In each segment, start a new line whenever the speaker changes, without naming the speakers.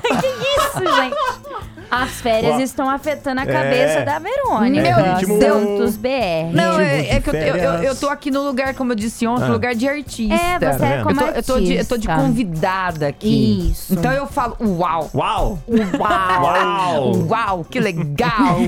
que isso, gente? As férias
Ó.
estão afetando a cabeça
É.
da Verônica.
É ritmo-
Santos BR.
Não,
Não, é,
Motivo de
é que eu, eu, eu- eu tô
férias.
aqui no lugar, como eu disse ontem, um
Ah.
lugar de artista.
É, você é
Tá
como
Eu tô, eu tô de, eu tô de
artista.
convidada aqui.
Isso.
Então eu falo, uau!
Uau!
Uau!
Uau!
uau, que legal!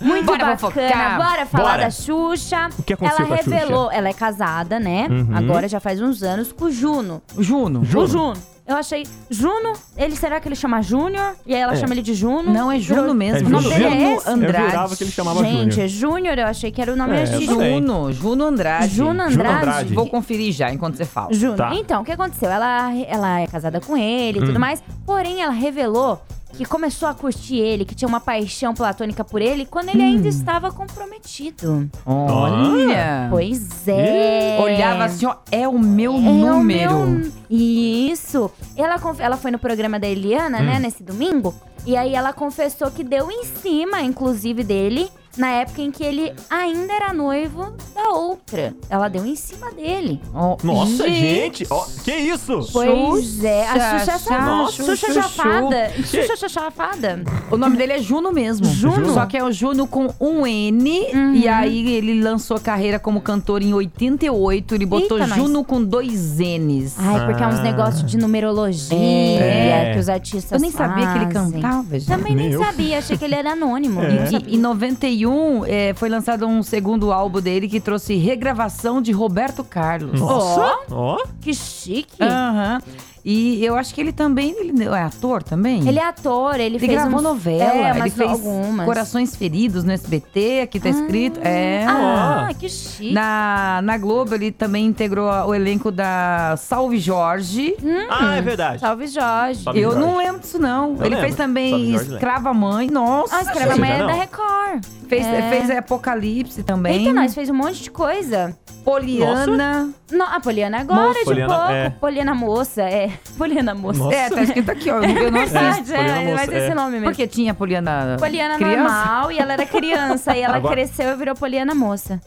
Muito
Bora
bacana.
fofocar.
Bora falar
Bora.
da Xuxa.
que aconteceu
ela
com a Xuxa? Uhum.
revelou, ela é casada, né? Agora já faz uns anos com o Juno.
Juno.
O Juno. Eu achei. Juno, ele será que ele chama Júnior? E aí ela chama ele de Juno.
Não, é Juno
Virou-
mesmo.
É
o nome
Juno.
dele
Eu
é esse?
Eu
Andrade.
jurava que ele chamava
Gente,
Júnior.
é Júnior, eu achei que era o nome
É,
artístico.
eu também.
Juno, Juno Andrade.
Juno
Juno
Andrade.
Andrade.
Vou conferir já, enquanto você fala.
Juno.
Tá.
Então, o que aconteceu? Ela, ela é casada com ele e tudo mais, porém ela revelou que começou a curtir ele, que tinha uma paixão platônica por ele, quando ele ainda estava comprometido.
Olha!
Pois é.
Ah. Olhava assim, ó, é o meu
É o
número.
meu- Isso. Ela, conf- ela foi no programa da Eliana, né, nesse domingo. E aí ela confessou que deu em cima, inclusive, dele, na época em que ele ainda era noivo da outra. Ela deu em cima dele.
Ó,
Nossa, gente! ó, que isso?
Pois é, a Xuxa, Xuxa,
Xuxa, Xuxa, é
Xuxa,
Xuxa.
Chafada. Xuxa é
é
Xuxa Chafada.
O nome dele é Juno mesmo.
Juno.
Só que é o Juno com um N. E
Uhum.
aí ele lançou a carreira como cantor em 88. Ele botou
Eita, nós.
Juno com dois N's.
Ai, porque é uns
Ah.
negócios de numerologia
É.
que os artistas
Eu nem sabia que ele
fazem.
cantava, gente.
Também nem
Nem eu.
sabia, achei que ele era anônimo.
É.
Não
E-
sabia.
Em 91, eh, foi lançado um segundo álbum dele que trouxe regravação de Roberto Carlos.
Uhum.
Nossa! Ó!
Que chique.
Aham. E eu acho que ele também ele é ator também.
Ele é ator, ele,
Ele
fez
gravou
uns-
novela,
é,
ele
umas-
fez
algumas.
Corações Feridos no SBT, aqui tá escrito. É.
Ah, que chique.
Na, na Globo, ele também integrou a- o elenco da Salve Jorge.
Ah, é verdade.
Salve Jorge.
Salve
Eu
Jorge.
não lembro disso, não. ele
lembro.
fez também
Salve Jorge, lembro.
Escrava Mãe. Nossa,
Ah, escreva
Xuxa,
amanhã é
não.
da Record.
Fez,
É.
fez Apocalipse também.
Eita, nós fez um monte de coisa.
Poliana.
Não, a Poliana agora,
Nossa,
de
Poliana,
pouco.
é.
Poliana moça, é. Poliana moça.
Nossa.
É, tá escrito aqui, ó. Eu não sei.
Verdade, é,
Poliana
mas
moça,
esse
é.
nome mesmo.
Porque tinha a Poliana.
Poliana
criança.
normal e ela era criança. e ela
Agora-
cresceu e virou Poliana moça.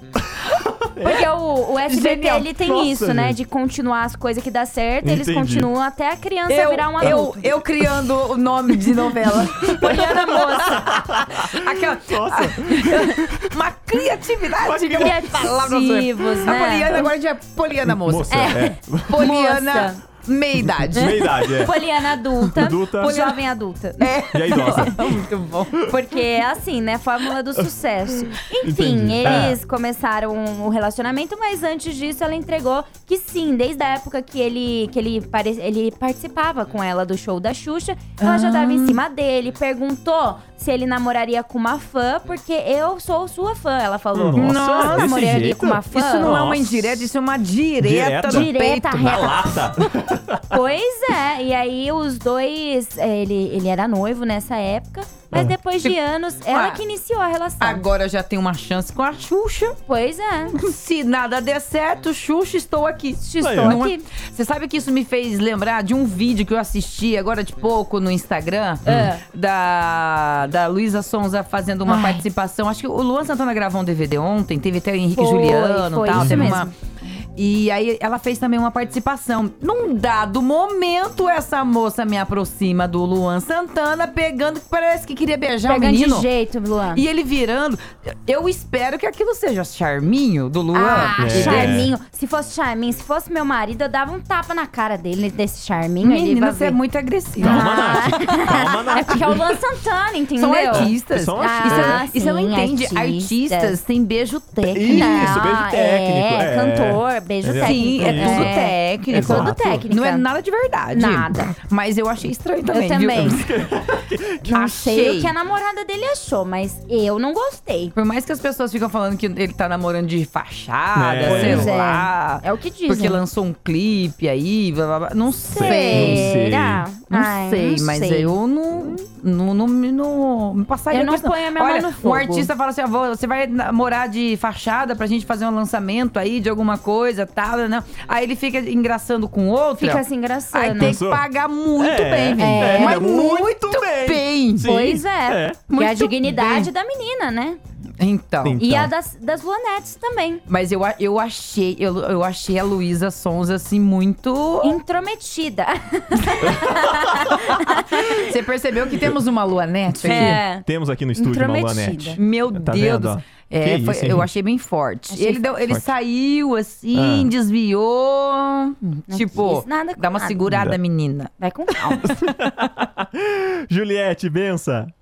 Porque o, o SBT,
Genial.
ele tem
Nossa,
isso, né?
gente.
De continuar as coisas que dá certo. Eles
Entendi.
continuam até a criança
Eu,
virar um
eu,
adulto.
eu criando o nome de novela.
Poliana moça.
Aquela,
Nossa!
uma criatividade.
Uma
que eu vou
criatividade.
falar pra você.
Criativos,
A
né?
Poliana agora já é Poliana Moça.
Moça, é.
Poliana
Moça.
meia-idade.
Meia idade, é.
Poliana adulta.
Adulta.
Jovem adulta.
É.
E a idosa.
Tá Muito bom.
Porque é assim, né? Fórmula do sucesso. Enfim,
Entendi. Tá.
eles começaram o relacionamento, mas antes disso ela entregou que sim, desde a época que ele, que ele, pare... ele participava com ela do show da Xuxa, ela já tava
Ah.
em cima dele, perguntou se ele namoraria com uma fã, porque eu sou sua fã, ela falou.
Nossa,
eu
desse
namoraria
jeito?
com uma fã.
Isso não é uma
Nossa.
indireta, isso é uma direta,
Direta.
no
Direta,
peito.
reta.
Na lata.
Pois é, e aí os dois. é, Ele, ele era noivo nessa época,
Ah.
mas depois de anos, ela
Ah.
que iniciou a relação.
Agora já tem uma chance com a Xuxa.
Pois é.
Se nada der certo, Xuxa, estou aqui.
Estou
Aí, ó.
Não é?
aqui.
Você sabe que isso me fez lembrar de um vídeo que eu assisti agora de pouco no Instagram
É.
da, da Luísa Sonza fazendo uma
Ai.
participação. Acho que o Luan Santana gravou um DVD ontem, teve até o Henrique
Foi,
Juliano
foi,
e tal.
isso
Teve
mesmo.
uma. E aí ela fez também uma participação. Num dado momento, essa moça me aproxima do Luan Santana, pegando que parece que queria beijar o
Pegando
menino.
de jeito, Luan.
E ele virando. Eu espero que aquilo seja charminho do Luan.
Ah,
É.
charminho. Se fosse charminho, se fosse meu marido, eu dava um tapa na cara dele, desse charminho. aí ele
Menina,
vai
você é
ver.
muito agressiva.
Calma, Nath. Calma,
É
Nath.
porque é o Luan Santana, entendeu?
São artistas.
São
Isso-
artistas.
Ah,
isso não
sim,
entende.
artistas.
Artistas. têm beijo técnico.
Isso,
Não,
beijo técnico.
É,
é.
cantor, beijo
Sim,
técnico.
é tudo
né?
técnico.
É tudo
Exato.
técnico.
Não é nada de verdade.
Nada.
Mas eu achei estranho
Eu
também, viu?
também. Não sei
Achei.
o que a namorada dele achou, mas eu não gostei.
Por mais que as pessoas ficam falando que ele tá namorando de fachada,
É.
sei
Pois é.
lá.
É o que dizem.
Porque lançou um clipe aí, blá, blá, blá. Não sei.
Será?
Não
Ai,
sei, mas
sei.
eu não, não, não, me- não me passaria
Eu não
por isso,
ponho a minha mão
Olha,
no fogo.
um artista fala assim, "Ah, vou- você vai morar de fachada pra gente fazer um lançamento aí de alguma coisa, tal, né? Aí ele fica engraçando com o outro.
Fica assim engraçado.
Aí tem que
Pensou?
pagar muito
É,
bem, menina.
é,
mas
muito
muito
bem.
bem.
Sim.
Pois é.
É.
E a
Muito
dignidade
bem.
da menina, né?
Então.
Sim.
E
Então.
a das, das Luanettes também.
Mas eu, a- eu achei, eu, eu achei a Luísa Sons assim muito.
Intrometida.
Você percebeu que temos uma né, Luanete aqui?
É.
Temos aqui no estúdio uma
Intrometida.
Luanete.
Meu
Tá
Deus.
vendo, ó?
É,
Que
foi-
isso, hein?
eu achei bem forte.
Achei
ele deu- ele
forte.
saiu assim,
Ah.
desviou. tipo,
quis nada com
dá uma
nada.
segurada, menina.
Vai com calma.
Juliette, bença.